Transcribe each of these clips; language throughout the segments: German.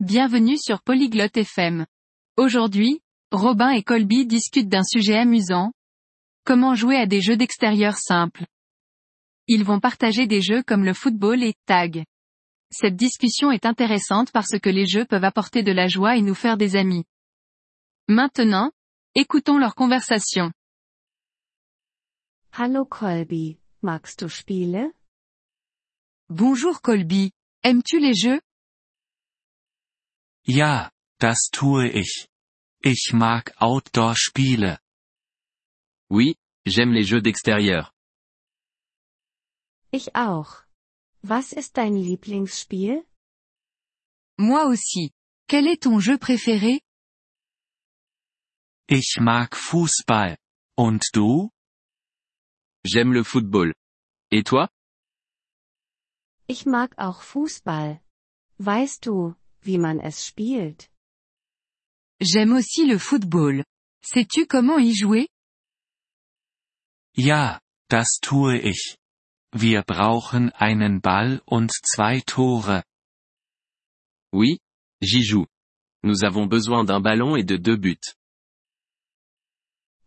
Bienvenue sur Polyglotte FM. Aujourd'hui, Robin et Colby discutent d'un sujet amusant. Comment jouer à des jeux d'extérieur simples. Ils vont partager des jeux comme le football et tag. Cette discussion est intéressante parce que les jeux peuvent apporter de la joie et nous faire des amis. Maintenant, écoutons leur conversation. Hallo Colby, magst du Spiele? Bonjour Colby. Aimes-tu les jeux Ja, das tue ich. Ich mag Outdoor-Spiele. Oui, j'aime les jeux d'extérieur. Ich auch. Was ist dein Lieblingsspiel? Moi aussi. Quel est ton jeu préféré Ich mag Fußball. Und du? J'aime le football. Et toi Ich mag auch Fußball. Weißt du, wie man es spielt? J'aime aussi le football. Sais-tu comment y jouer Ja, das tue ich. Wir brauchen einen Ball und zwei Tore. Oui, j'y joue. Nous avons besoin d'un ballon et de deux buts.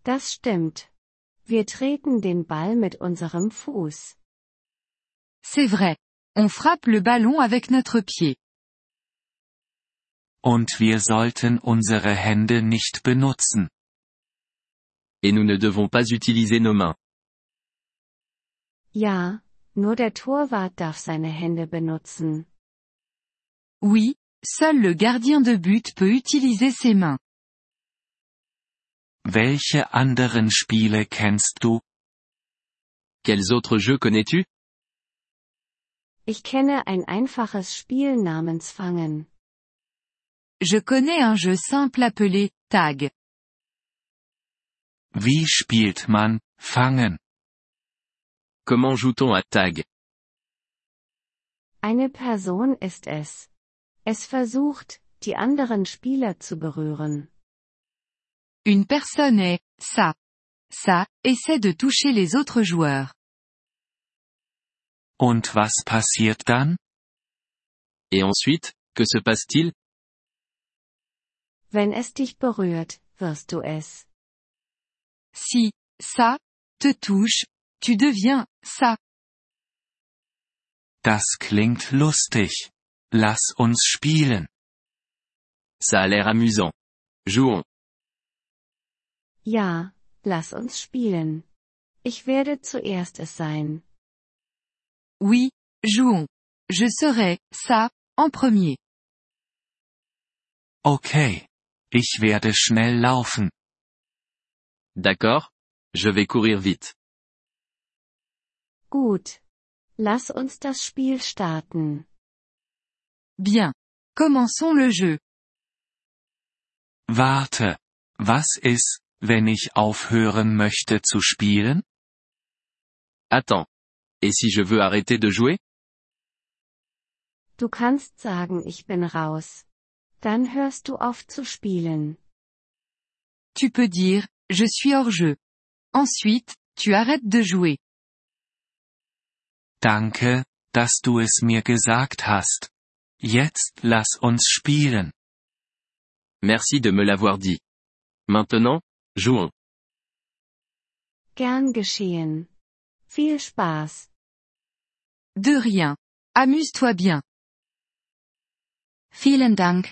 Das stimmt. Wir treten den Ball mit unserem Fuß. C'est vrai. On frappe le ballon avec notre pied. Und wir sollten unsere Hände nicht benutzen. Et nous ne devons pas utiliser nos mains. Ja, nur der Torwart darf seine Hände benutzen. Oui, seul le gardien de but peut utiliser ses mains. Welche anderen Spiele kennst du? Quels autres jeux connais-tu Ich kenne ein einfaches Spiel namens Fangen. Je connais un jeu simple appelé tag. Wie spielt man, fangen? Comment joue-t-on à tag Eine Person ist es. Es versucht, die anderen Spieler zu berühren. Une personne est ça. Ça essaie de toucher les autres joueurs. Und was passiert dann? Et ensuite, que se passe-t-il Wenn es dich berührt, wirst du es. Si ça te touche, tu deviens ça. Das klingt lustig. Lass uns spielen. Ça a l'air amusant. Jouons. Ja, lass uns spielen. Ich werde zuerst es sein. Oui, jouons. Je serai ça en premier. Okay. Ich werde schnell laufen. D'accord Je vais courir vite. Gut. Lass uns das Spiel starten. Bien. Commençons le jeu. Warte. Was ist, wenn ich aufhören möchte zu spielen? Attends. Et si je veux arrêter de jouer Du kannst sagen, ich bin raus. Dann hörst du auf zu spielen. Tu peux dire je suis hors jeu. Ensuite, tu arrêtes de jouer. Danke, dass du es mir gesagt hast. Jetzt lass uns spielen. Merci de me l'avoir dit. Maintenant, jouons. Gern geschehen. Viel Spaß. De rien. Amuse-toi bien. Vielen Dank,